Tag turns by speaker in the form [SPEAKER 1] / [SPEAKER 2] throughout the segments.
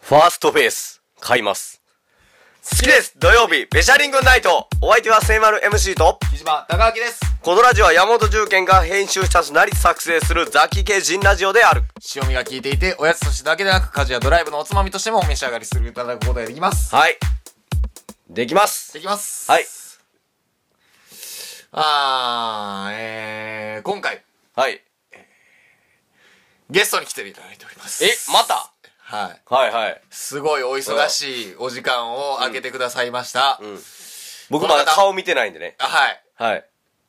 [SPEAKER 1] ファーストベース、買います。好きです土曜日、ベシャリングナイトお相手は聖丸 MC と、
[SPEAKER 2] 木島高明です
[SPEAKER 1] このラジオは山本重建が編集したすなり作成する雑記系人ラジオである。
[SPEAKER 2] 塩味が効いていておやつとしてだけでなく家事やドライブのおつまみとしてもお召し上がりするいただくことができます
[SPEAKER 1] はい。できます。
[SPEAKER 2] できます
[SPEAKER 1] はい
[SPEAKER 2] あーえー、今回
[SPEAKER 1] はい。
[SPEAKER 2] ゲストに来ていただいております
[SPEAKER 1] え、また
[SPEAKER 2] はい
[SPEAKER 1] はいはい。
[SPEAKER 2] すごいお忙しいお時間を空けてくださいました、
[SPEAKER 1] ん僕まだ顔見てないんでね。
[SPEAKER 2] あはい
[SPEAKER 1] はい。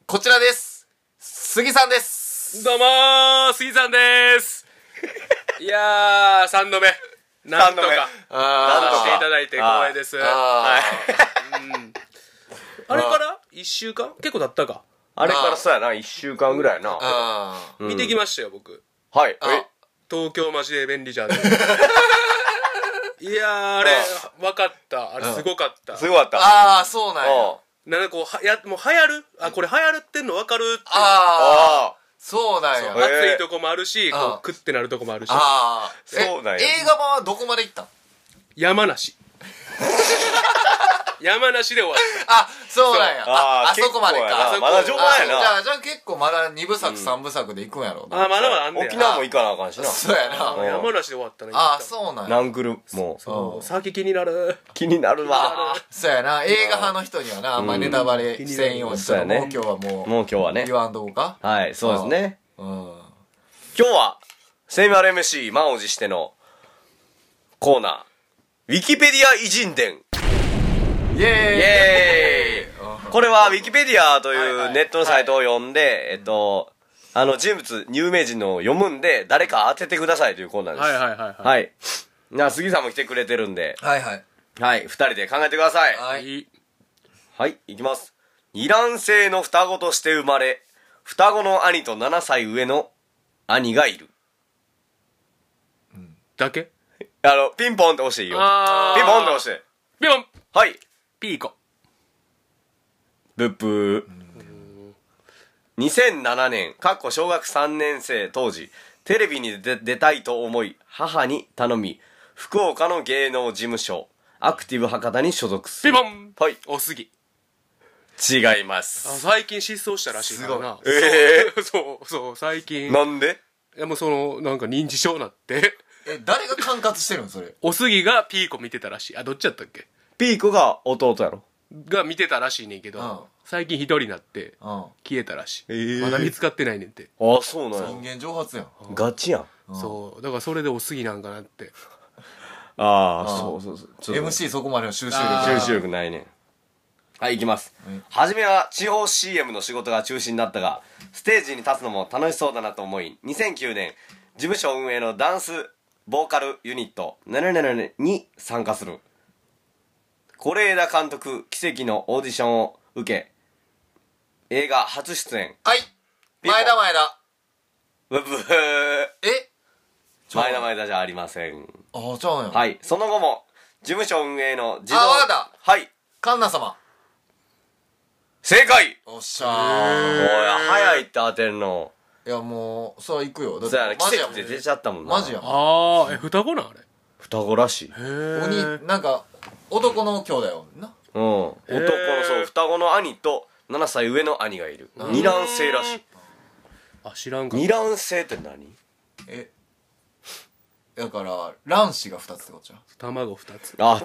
[SPEAKER 2] こちらです杉さんです
[SPEAKER 3] どうもー、杉さんでーす。いやー、3度目。なんとか、
[SPEAKER 1] な
[SPEAKER 2] あ
[SPEAKER 1] んとか
[SPEAKER 3] 話していただいて光栄です。あ
[SPEAKER 2] あ
[SPEAKER 3] れから ?1 週間結構経ったか。
[SPEAKER 1] あれからさやな、1週間ぐらいやな。
[SPEAKER 2] ーあー
[SPEAKER 3] 見てきましたよ、僕。
[SPEAKER 1] はい。え
[SPEAKER 2] あ
[SPEAKER 3] 東京マジで便利じゃん。いやー、あれ、分かった。あれ、すごかった。
[SPEAKER 1] すごかった。
[SPEAKER 2] あーそうなんや
[SPEAKER 1] うん
[SPEAKER 3] なんかこう、はや、もう流行るあ、これ流行るってんの分かるっていう
[SPEAKER 2] ああ
[SPEAKER 1] ああ。
[SPEAKER 2] そうなんや
[SPEAKER 1] そうえー
[SPEAKER 3] 暑いとこもあるし、
[SPEAKER 2] あ
[SPEAKER 3] こう、クってなるとこもあるし。
[SPEAKER 2] ああ
[SPEAKER 1] そうなんや
[SPEAKER 2] 映画版はどこまで行ったの
[SPEAKER 3] 山梨。山梨で終わった。
[SPEAKER 2] あそうなんや
[SPEAKER 1] そう
[SPEAKER 2] あ
[SPEAKER 1] あー
[SPEAKER 2] あそこまで
[SPEAKER 1] 結構やな
[SPEAKER 2] か
[SPEAKER 1] まだ序盤やな
[SPEAKER 2] あじゃあじゃあ結構まだ2部作3部作で行くんやろうな
[SPEAKER 3] あ、まだまだあんねや
[SPEAKER 1] 沖縄も行かなあかんしな。
[SPEAKER 2] そうやな
[SPEAKER 1] うん
[SPEAKER 3] 山梨で終わったね。
[SPEAKER 2] ああそうなんや
[SPEAKER 1] 何グルもう。
[SPEAKER 2] うん
[SPEAKER 3] 先気になる
[SPEAKER 1] 気になるわ。
[SPEAKER 2] あそうやな映画派の人にはなあんまりネタバレせんようにち
[SPEAKER 1] そう
[SPEAKER 2] ょっと
[SPEAKER 1] やね
[SPEAKER 2] もう今日はもう
[SPEAKER 1] もう今日はね
[SPEAKER 2] 言。わんとこか
[SPEAKER 1] はい、そうですね。
[SPEAKER 2] うん
[SPEAKER 1] 今日は、セイマル MC 満を持してのコーナー、ウィキペディア偉人伝。
[SPEAKER 2] イ
[SPEAKER 1] イ
[SPEAKER 2] エ
[SPEAKER 1] エ
[SPEAKER 2] ーイうん
[SPEAKER 1] ーイこれはウィキペディアと
[SPEAKER 2] はい
[SPEAKER 1] い
[SPEAKER 2] はいう
[SPEAKER 1] ネットのサイトを読んで、えっと、あの人物、有名人のを読むんで、誰か当ててくださいというコーナーです。
[SPEAKER 3] はいはいはい。
[SPEAKER 1] はいい。な、杉さんも来てくれてるんで、
[SPEAKER 2] はいはい
[SPEAKER 1] はい、二人で考えてください。
[SPEAKER 2] は
[SPEAKER 3] はいい。
[SPEAKER 1] はい、いきます。イラン製の双子として生まれ、双子の兄と7歳上の兄がいる。
[SPEAKER 3] だけ
[SPEAKER 1] あの、ピンポンって押していいよ。
[SPEAKER 3] あー
[SPEAKER 1] ピンポンって押して。
[SPEAKER 3] ピョン
[SPEAKER 1] はい。
[SPEAKER 3] ピーコ。
[SPEAKER 1] ブッブー。2007年、かっこ小学3年生当時、テレビに出出たいと思い、母に頼み、福岡の芸能事務所、アクティブ博多に所属す
[SPEAKER 3] ピ
[SPEAKER 1] る。
[SPEAKER 3] ボン
[SPEAKER 1] はい。
[SPEAKER 3] おすぎ。
[SPEAKER 1] 違いま
[SPEAKER 3] あ
[SPEAKER 1] す。
[SPEAKER 3] 最近失踪したらしいからな。
[SPEAKER 1] え
[SPEAKER 3] そうそう、そう、最近。い
[SPEAKER 1] なんで
[SPEAKER 3] やもうその、なんか認知症な って。
[SPEAKER 2] え誰が管轄してるのそれ
[SPEAKER 3] おすぎがピーコ見てたらしい。あ、どっちやったっけ
[SPEAKER 1] ピーコが弟やろ
[SPEAKER 3] が見てたらしいねんけ
[SPEAKER 2] うん
[SPEAKER 3] ど、最近一人になって、
[SPEAKER 2] うん
[SPEAKER 3] 消えたらしい。
[SPEAKER 1] ええ
[SPEAKER 3] まだ見つかってないねんて。
[SPEAKER 1] ああ、そうなん
[SPEAKER 2] 人
[SPEAKER 1] や。
[SPEAKER 2] 間蒸発やん
[SPEAKER 1] ガチやん。
[SPEAKER 3] そう。だからそれでおすぎなんかなって。
[SPEAKER 1] あ
[SPEAKER 2] あ
[SPEAKER 1] あ、そうそうそう。ちょっと
[SPEAKER 2] MC そこまでの収集
[SPEAKER 3] あ
[SPEAKER 2] 力
[SPEAKER 1] 集中力ないねんはい、行きます
[SPEAKER 2] はい。
[SPEAKER 1] はじめは地方 CM の仕事が中心だったが、ステージに立つのも楽しそうだなと思い、2009年、事務所運営のダンス、ボーカルユニット、ねねねねねに参加する。是枝監督、奇跡のオーディションを受け、映画初出演。
[SPEAKER 2] はい
[SPEAKER 1] ピンポン
[SPEAKER 2] 前田前田
[SPEAKER 1] ブブー。
[SPEAKER 2] え
[SPEAKER 1] 前田前田じゃありません。
[SPEAKER 2] ああちゃうんや
[SPEAKER 1] はい、その後も、事務所運営の自動
[SPEAKER 2] あわかった
[SPEAKER 1] はい、
[SPEAKER 2] カンナ様
[SPEAKER 1] 正解
[SPEAKER 2] おっしゃ
[SPEAKER 1] おい、早いって当てんの。
[SPEAKER 2] ーいやもうそれは行くよだ
[SPEAKER 1] そうやな、
[SPEAKER 2] マ
[SPEAKER 1] 奇
[SPEAKER 2] ジ
[SPEAKER 1] 跡
[SPEAKER 2] やもん
[SPEAKER 1] って出ちゃったもんな。
[SPEAKER 2] マジやん
[SPEAKER 3] あー、え、双子なんあれ。
[SPEAKER 1] 双子らしい。うん。
[SPEAKER 2] 鬼なんか男の兄弟やもんな
[SPEAKER 1] 男の、そう、双子の兄と、7歳上の兄がいる。二卵性らしい。
[SPEAKER 3] あ、知らんかった
[SPEAKER 1] 二卵性って何
[SPEAKER 2] えだから卵子が2つってことじゃん
[SPEAKER 3] 卵二つ。
[SPEAKER 1] あ、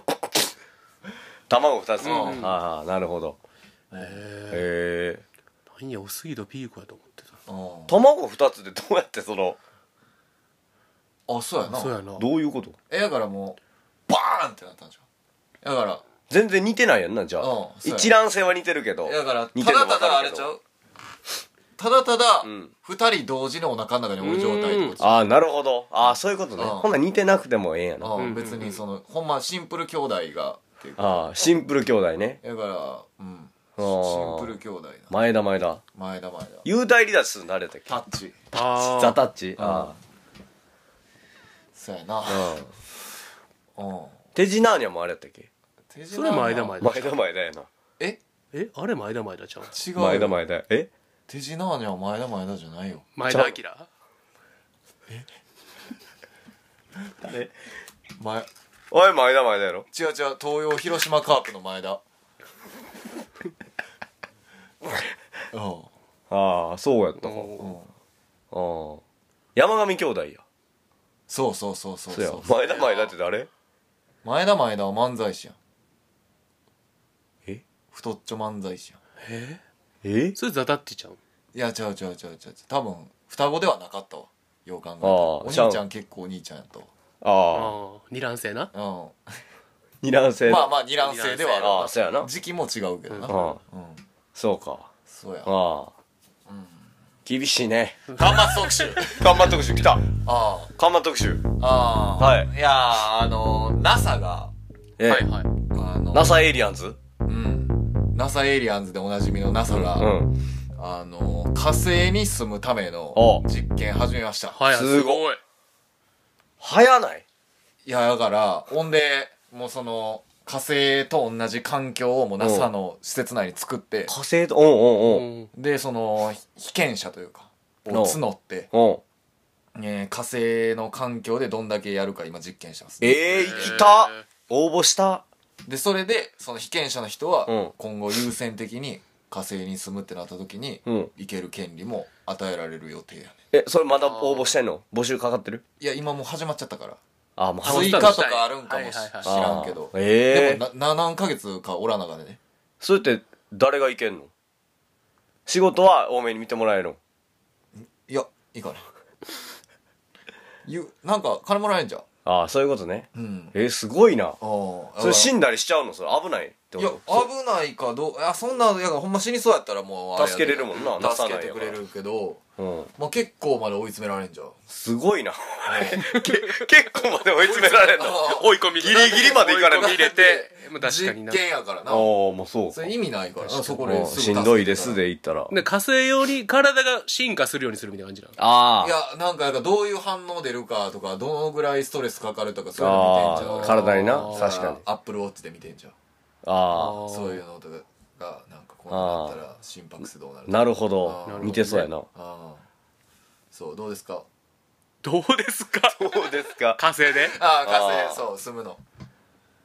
[SPEAKER 1] 卵二つ。
[SPEAKER 2] うん
[SPEAKER 1] ああ、なるほど。へえ。
[SPEAKER 3] 何や、おすぎとピーコやと思ってた。
[SPEAKER 2] う
[SPEAKER 1] 卵二つってどうやってその、
[SPEAKER 2] んあそうやな
[SPEAKER 3] そうやな。
[SPEAKER 1] どういうこと
[SPEAKER 2] えだからもうバーンってなったんじゃんだから
[SPEAKER 1] 全然似てないやんな、じゃ
[SPEAKER 2] う
[SPEAKER 1] あ。
[SPEAKER 2] んそうや
[SPEAKER 1] 一卵性は似てるけど。
[SPEAKER 2] だから
[SPEAKER 1] 似
[SPEAKER 2] た
[SPEAKER 1] てる
[SPEAKER 2] だ
[SPEAKER 1] の
[SPEAKER 2] た
[SPEAKER 1] 分か
[SPEAKER 2] だあ
[SPEAKER 1] る
[SPEAKER 2] れ
[SPEAKER 1] け
[SPEAKER 2] ち
[SPEAKER 1] ど
[SPEAKER 2] ゃうただただ
[SPEAKER 1] ん
[SPEAKER 2] 2人同時にお腹の中におる状態ってことじゃん
[SPEAKER 1] ああ、なるほど。ああ、そういうことね。
[SPEAKER 2] うん
[SPEAKER 1] ほんなら似てなくてもええんやな。
[SPEAKER 2] あ別にそのほんまシンプル兄弟がっていうか
[SPEAKER 1] ああ、シンプル兄弟ね。
[SPEAKER 2] だからうん
[SPEAKER 1] ー
[SPEAKER 2] シンプル兄弟だ
[SPEAKER 1] 前田前田。
[SPEAKER 2] 前田前田
[SPEAKER 1] 幽体離脱するの誰だったっけ
[SPEAKER 2] タッチ
[SPEAKER 3] あー
[SPEAKER 1] ザタッチあ
[SPEAKER 2] そうやな
[SPEAKER 1] あ。うん。
[SPEAKER 2] うん
[SPEAKER 1] 手品にはもうあれやったっけ
[SPEAKER 2] 手品
[SPEAKER 3] それ前田前田
[SPEAKER 1] 前田前田やな。
[SPEAKER 2] え
[SPEAKER 3] えあれ前田前田ちゃん
[SPEAKER 2] 違うよ
[SPEAKER 1] 前田前田。え
[SPEAKER 2] 手品には前田前田じゃないよ
[SPEAKER 3] 前田明
[SPEAKER 1] 誰
[SPEAKER 2] 前
[SPEAKER 1] おい前田前田やろ
[SPEAKER 2] 違う違う東洋広島カープの前田うん
[SPEAKER 1] ああそうやったかああ山上兄弟や
[SPEAKER 2] そうそうそうそう
[SPEAKER 1] そうや
[SPEAKER 2] そう
[SPEAKER 1] 前田前田って誰
[SPEAKER 2] 前田前田は漫才師やん
[SPEAKER 1] え
[SPEAKER 2] 太っちょ漫才師やん
[SPEAKER 1] え
[SPEAKER 3] それザタッチちゃう
[SPEAKER 2] いやちゃうちゃうちゃうちゃう多分双子ではなかったわよう考えたら
[SPEAKER 1] あー
[SPEAKER 2] お兄ち
[SPEAKER 1] ちゃ
[SPEAKER 2] ゃ
[SPEAKER 1] うん
[SPEAKER 2] 結構お兄ちゃんやった
[SPEAKER 1] ああ
[SPEAKER 3] ああ二卵性な
[SPEAKER 2] わ
[SPEAKER 1] 二卵性
[SPEAKER 2] うんまあ
[SPEAKER 1] あ
[SPEAKER 2] まあ二卵性ではある
[SPEAKER 1] ああそうやな
[SPEAKER 2] 時期も違うけどな、
[SPEAKER 1] ああ
[SPEAKER 2] うん、
[SPEAKER 1] そうか
[SPEAKER 2] そうやあ
[SPEAKER 1] ああ厳しいね
[SPEAKER 2] 看板特集
[SPEAKER 1] 看板特集来た
[SPEAKER 2] あ
[SPEAKER 1] 看板特集
[SPEAKER 2] あああ
[SPEAKER 1] はい
[SPEAKER 2] いやーあのー NASA が
[SPEAKER 1] え
[SPEAKER 3] はい
[SPEAKER 1] え
[SPEAKER 3] はい
[SPEAKER 2] あの
[SPEAKER 1] NASA エイリアンズ
[SPEAKER 2] うん NASA エイリアンズでおなじみの NASA が、
[SPEAKER 1] うん
[SPEAKER 2] あのー火星に住むための
[SPEAKER 1] お
[SPEAKER 2] 実験始めました
[SPEAKER 3] はい
[SPEAKER 1] す
[SPEAKER 3] す
[SPEAKER 1] ご
[SPEAKER 3] ごい
[SPEAKER 1] 早ない
[SPEAKER 2] いやだからほんでもうその火星と同じ環境をもう NASA の施設内に作って
[SPEAKER 1] 火星とお
[SPEAKER 3] うん
[SPEAKER 1] おん
[SPEAKER 3] ん
[SPEAKER 2] でその被験者というかを募って、
[SPEAKER 1] おんおん
[SPEAKER 2] えー火星の環境でどんだけやるか今実験してます
[SPEAKER 1] ええ行きた応募した
[SPEAKER 2] でそれでその被験者の人
[SPEAKER 1] うん
[SPEAKER 2] は今後優先的に火星に住むってなった時に
[SPEAKER 1] うん
[SPEAKER 2] 行ける権利も与えられる予定やね
[SPEAKER 1] えそれまだ応募してんの募集かかってる
[SPEAKER 2] いや今もう始まっちゃったから
[SPEAKER 1] ああもう
[SPEAKER 3] そう
[SPEAKER 2] 追加とかあるんかもし
[SPEAKER 3] はいはいはい
[SPEAKER 2] 知らんけど
[SPEAKER 1] あーええ
[SPEAKER 2] でもなな何ヶ月かおらながらね
[SPEAKER 1] それって誰がいけんの仕事は多めに見てもらえるの
[SPEAKER 2] いや、いいかな。ゆ、なんか、金もらえんじゃん。
[SPEAKER 1] ああそういうことね
[SPEAKER 2] うん。
[SPEAKER 1] えー、すごいな
[SPEAKER 2] ああ。
[SPEAKER 1] それ死んだりしちゃうのそれ危ないって
[SPEAKER 2] いや、
[SPEAKER 1] こ
[SPEAKER 2] 危ないかどう、いや、そんな、いや、ほんま死にそうやったらもうあやけど、
[SPEAKER 1] 助けれるもんな
[SPEAKER 2] 助けてく
[SPEAKER 1] なさないや
[SPEAKER 2] れ
[SPEAKER 1] から
[SPEAKER 2] るけど、
[SPEAKER 1] とうん
[SPEAKER 2] まあ結構まで追い詰められんじゃん。
[SPEAKER 1] すごいな 結構まで追い詰められんの
[SPEAKER 3] 追い込み
[SPEAKER 1] ギリギリまで行かれた
[SPEAKER 3] 追込み入れてまあ確かに
[SPEAKER 2] 実
[SPEAKER 3] な
[SPEAKER 2] 験やからな。
[SPEAKER 1] ああもうそう
[SPEAKER 2] そ
[SPEAKER 1] か
[SPEAKER 2] れ意味ないからな、そこ
[SPEAKER 1] う
[SPEAKER 2] で
[SPEAKER 1] ん
[SPEAKER 2] すぐ
[SPEAKER 1] しんどいですで言ったら
[SPEAKER 3] で火星用に体が進化するようにするみたいな感じなの
[SPEAKER 1] あ
[SPEAKER 2] 助けてたら。いや、なんか、なんかどういう反応出るかとか、どのぐらいストレスかかるとか、そういうの見てん
[SPEAKER 1] あ
[SPEAKER 2] じゃ
[SPEAKER 1] あ
[SPEAKER 2] ん。
[SPEAKER 1] 体にな
[SPEAKER 3] あー
[SPEAKER 1] 確かに
[SPEAKER 2] アップルウォッチで見てんじゃん。
[SPEAKER 1] あ
[SPEAKER 3] ー
[SPEAKER 2] そういうのとかが、なんかこうなったら心拍数どうなる
[SPEAKER 1] あ
[SPEAKER 2] とか
[SPEAKER 1] なるほ
[SPEAKER 2] あ
[SPEAKER 1] ど
[SPEAKER 2] ー
[SPEAKER 1] 見てそうやな
[SPEAKER 2] ああそうどうですか
[SPEAKER 3] どうですか
[SPEAKER 1] そうですか
[SPEAKER 3] 火星で
[SPEAKER 2] ああ
[SPEAKER 1] あ
[SPEAKER 2] 火
[SPEAKER 1] あ
[SPEAKER 2] 星そう住むの
[SPEAKER 3] ま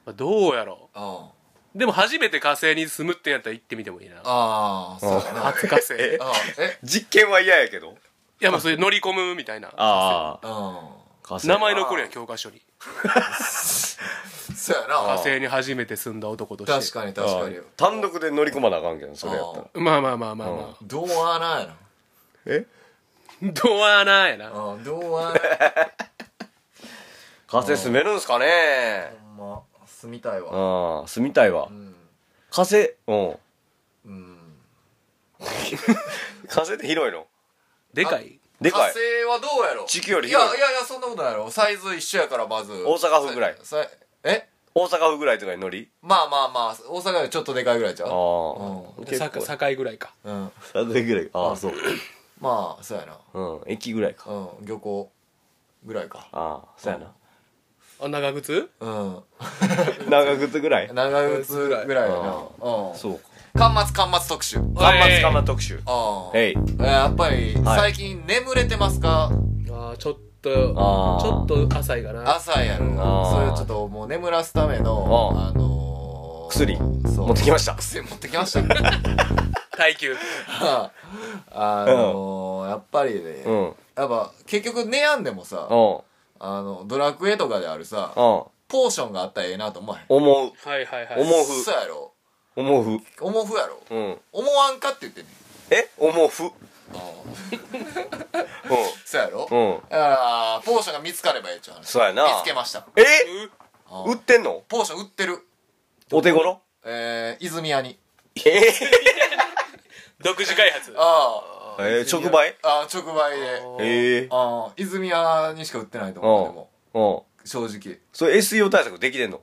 [SPEAKER 3] あどうやろ
[SPEAKER 2] あ
[SPEAKER 3] うでも初めて火星に住むってんやったら行ってみてもいいな
[SPEAKER 2] あああそうだなあ
[SPEAKER 3] 初火星い
[SPEAKER 2] あえ
[SPEAKER 1] 実験は嫌やけど
[SPEAKER 3] やまあそれ乗り込むみたいな
[SPEAKER 1] あ
[SPEAKER 2] あ
[SPEAKER 1] あ
[SPEAKER 3] 名前残るやん教科書に
[SPEAKER 2] あそうや
[SPEAKER 3] 火
[SPEAKER 2] な
[SPEAKER 3] 星に初めて住んだ男とし
[SPEAKER 2] 確
[SPEAKER 3] て
[SPEAKER 2] かに確かに
[SPEAKER 1] ああ単独で乗り込まなあかんけどそれやったら
[SPEAKER 3] まあまあまあまあま
[SPEAKER 2] どうはないの
[SPEAKER 1] え
[SPEAKER 3] あドアなやな
[SPEAKER 2] ああどうはない
[SPEAKER 1] 火星住めるんすかね
[SPEAKER 2] ほんま住みたいわ
[SPEAKER 1] ああ住みたいわ
[SPEAKER 2] うん
[SPEAKER 1] 火星うん
[SPEAKER 2] うん
[SPEAKER 1] 火星って広いの
[SPEAKER 3] でかい
[SPEAKER 1] でかい
[SPEAKER 2] 火星はどうやろ
[SPEAKER 1] 地球より
[SPEAKER 2] いや
[SPEAKER 1] 広い
[SPEAKER 2] いやいやそんなことないやろサイズ一緒やからまず大
[SPEAKER 1] 阪府ぐらい
[SPEAKER 2] え
[SPEAKER 1] 大阪府ぐらいとかに乗り
[SPEAKER 2] まあまあまあ大阪よりちょっとでかいぐらいちゃ
[SPEAKER 1] あ
[SPEAKER 2] う
[SPEAKER 1] あ
[SPEAKER 2] うん
[SPEAKER 1] 結
[SPEAKER 3] さ
[SPEAKER 1] 構
[SPEAKER 3] 境ぐらいか
[SPEAKER 2] うん
[SPEAKER 1] 3歳ぐらいああそう
[SPEAKER 2] まあそうやな
[SPEAKER 1] うん駅ぐらいか
[SPEAKER 2] うん漁港ぐらいか
[SPEAKER 1] ああそうやな
[SPEAKER 3] あ長靴
[SPEAKER 2] うん
[SPEAKER 1] 長靴ぐらい
[SPEAKER 2] 長靴ぐらいだな
[SPEAKER 1] あ
[SPEAKER 2] うん
[SPEAKER 1] そうか
[SPEAKER 2] 巻末巻末特集
[SPEAKER 1] 間
[SPEAKER 3] え
[SPEAKER 1] 伐
[SPEAKER 3] い
[SPEAKER 1] かま特集
[SPEAKER 2] ああ
[SPEAKER 1] えい
[SPEAKER 2] やっぱり
[SPEAKER 1] はい
[SPEAKER 2] 最近眠れてますか
[SPEAKER 3] あーちょっと
[SPEAKER 1] あー
[SPEAKER 3] ちょっと浅いかな
[SPEAKER 2] 朝やろ
[SPEAKER 1] ああ
[SPEAKER 2] そういうちょっともう眠らすための
[SPEAKER 1] あ
[SPEAKER 2] あのー
[SPEAKER 1] 薬
[SPEAKER 2] そう
[SPEAKER 1] 持ってきました
[SPEAKER 2] 薬持ってきました
[SPEAKER 3] 耐久
[SPEAKER 2] あのーやっぱりね
[SPEAKER 1] うんうん
[SPEAKER 2] やっぱ結局悩んでもさあのドラクエとかであるさ
[SPEAKER 1] うん
[SPEAKER 2] ポーションがあったらええなと思わへん
[SPEAKER 1] 思う
[SPEAKER 3] はいはいはい
[SPEAKER 1] 思うふ
[SPEAKER 2] そうやろ
[SPEAKER 1] 思う
[SPEAKER 2] 思うふやろ
[SPEAKER 1] ふうん
[SPEAKER 2] 思わんかって言ってんねん
[SPEAKER 1] え思うふうん
[SPEAKER 2] そうやろ
[SPEAKER 1] うん
[SPEAKER 2] だからポーションが見つかればええっちゅう話
[SPEAKER 1] そうやな
[SPEAKER 2] 見つけました
[SPEAKER 1] え
[SPEAKER 2] あ
[SPEAKER 1] 売ってんの
[SPEAKER 2] ポーション売ってる
[SPEAKER 1] お手頃
[SPEAKER 2] えー、泉屋に
[SPEAKER 1] え
[SPEAKER 3] 独自開発
[SPEAKER 2] あ
[SPEAKER 1] えー直売
[SPEAKER 2] あああ直売で
[SPEAKER 1] ええ
[SPEAKER 2] ああ泉屋にしか売ってないと思うでも
[SPEAKER 1] うん
[SPEAKER 2] 正直
[SPEAKER 1] それ SEO 対策できて んの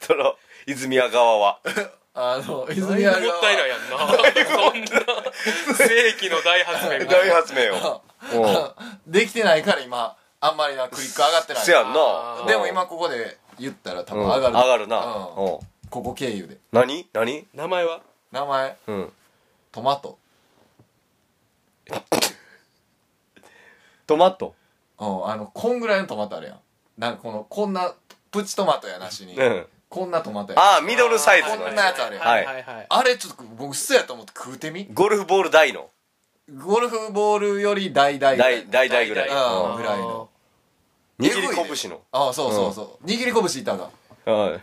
[SPEAKER 1] その泉谷側は
[SPEAKER 2] あの
[SPEAKER 3] もっ
[SPEAKER 2] 泉屋が
[SPEAKER 3] たいないやんな そんな世紀の大発明みたい
[SPEAKER 1] 大
[SPEAKER 3] な
[SPEAKER 1] 発明ようん
[SPEAKER 2] できてないから今あんまりなクリック上がってない
[SPEAKER 1] せやん
[SPEAKER 3] あ
[SPEAKER 1] な
[SPEAKER 3] ー
[SPEAKER 2] でも今ここで言ったら多
[SPEAKER 1] うん
[SPEAKER 2] 分上がる、
[SPEAKER 1] 上がるな
[SPEAKER 2] うん
[SPEAKER 1] うん
[SPEAKER 2] ここ経由で
[SPEAKER 1] 何何
[SPEAKER 3] 名前は
[SPEAKER 2] 名前
[SPEAKER 1] うん
[SPEAKER 2] トマト
[SPEAKER 1] トマト
[SPEAKER 2] うんあのこんぐらいのトマトあるやんなんかこのこんなプチトマトやなしに、
[SPEAKER 1] うん
[SPEAKER 2] こんなトマトや
[SPEAKER 1] ああミドルサイズ
[SPEAKER 2] こ
[SPEAKER 1] の
[SPEAKER 2] んなやつあるやん
[SPEAKER 1] はい
[SPEAKER 3] はいはい
[SPEAKER 2] あれちょっと僕嘘やと思って食うてみ
[SPEAKER 1] ゴルフボール大の
[SPEAKER 2] ゴルフボールより大大
[SPEAKER 1] 大大大ぐらい
[SPEAKER 2] うん
[SPEAKER 1] うん
[SPEAKER 2] ぐらいの
[SPEAKER 1] 握り拳の
[SPEAKER 2] ああそうそうそう、握り拳いたな
[SPEAKER 1] はい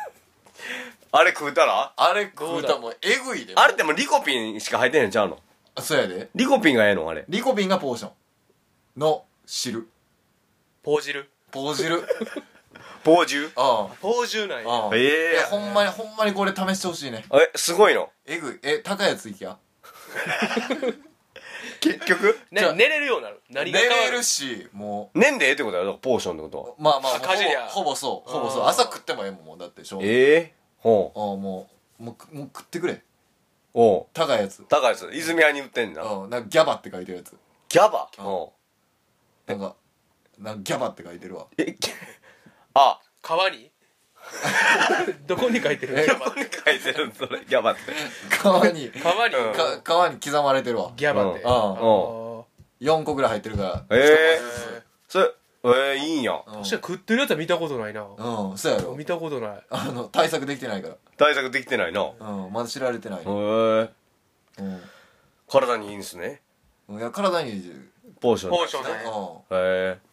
[SPEAKER 1] あれ食うたら
[SPEAKER 2] あれ食うたらもうえぐいで
[SPEAKER 1] あれってもうリコピンしか入ってへんのちゃうの
[SPEAKER 2] そうやで
[SPEAKER 1] リコピンがええのあれ
[SPEAKER 2] リコピンがポーションの汁
[SPEAKER 3] ポー汁
[SPEAKER 2] ポー 汁うん
[SPEAKER 1] 棒汁
[SPEAKER 2] あ
[SPEAKER 3] ポー汁なんや
[SPEAKER 2] あ
[SPEAKER 1] ええ
[SPEAKER 2] いやほんまにほんまにこれ試してほしいね
[SPEAKER 1] えすごいの
[SPEAKER 2] えぐいえ高いやついきや
[SPEAKER 1] 結局
[SPEAKER 3] ね
[SPEAKER 2] じゃあ
[SPEAKER 3] 寝れるようになる
[SPEAKER 2] 寝
[SPEAKER 3] 何が変わ
[SPEAKER 2] れ
[SPEAKER 3] る
[SPEAKER 2] るしも
[SPEAKER 1] 年でええってことやろだからポーションってことは
[SPEAKER 2] うまあまあ
[SPEAKER 3] あかじりゃ
[SPEAKER 2] ほぼほぼそうほぼそう
[SPEAKER 3] うん
[SPEAKER 2] 朝食ってもええもんもうだってしょあ
[SPEAKER 1] ええほう
[SPEAKER 2] あもうもうくもう食ってくれ
[SPEAKER 1] おう
[SPEAKER 2] 高いやつ
[SPEAKER 1] 高いやつ泉屋に売ってんな
[SPEAKER 2] うんなんかギャバって書いてるやつ
[SPEAKER 1] ギャバ
[SPEAKER 2] うん
[SPEAKER 1] おう
[SPEAKER 2] なんかなんかギャバって書いてるわ
[SPEAKER 1] えギャ あ
[SPEAKER 3] 川に どこに書いてる
[SPEAKER 2] え
[SPEAKER 3] ギャバって
[SPEAKER 1] 書いてるそれギャバって
[SPEAKER 2] 川に
[SPEAKER 3] 川に
[SPEAKER 1] うん
[SPEAKER 2] か川に刻まれてるわ
[SPEAKER 3] ギャバって
[SPEAKER 1] うん
[SPEAKER 3] あ
[SPEAKER 2] 4個ぐらい入ってるから
[SPEAKER 1] え
[SPEAKER 3] ー
[SPEAKER 1] えそれええいいんや
[SPEAKER 2] うん
[SPEAKER 3] そしたら食ってるやつは見たことないな
[SPEAKER 2] うんそうやろ
[SPEAKER 3] 見たことない
[SPEAKER 2] あの対策できてないか
[SPEAKER 1] 対策できてないなへ
[SPEAKER 2] らうんまだ知られてない
[SPEAKER 1] え
[SPEAKER 2] うん
[SPEAKER 1] 体にいいんですね
[SPEAKER 2] うんいや体にいいし
[SPEAKER 1] ポーション
[SPEAKER 3] ポーションね
[SPEAKER 2] う
[SPEAKER 1] へえ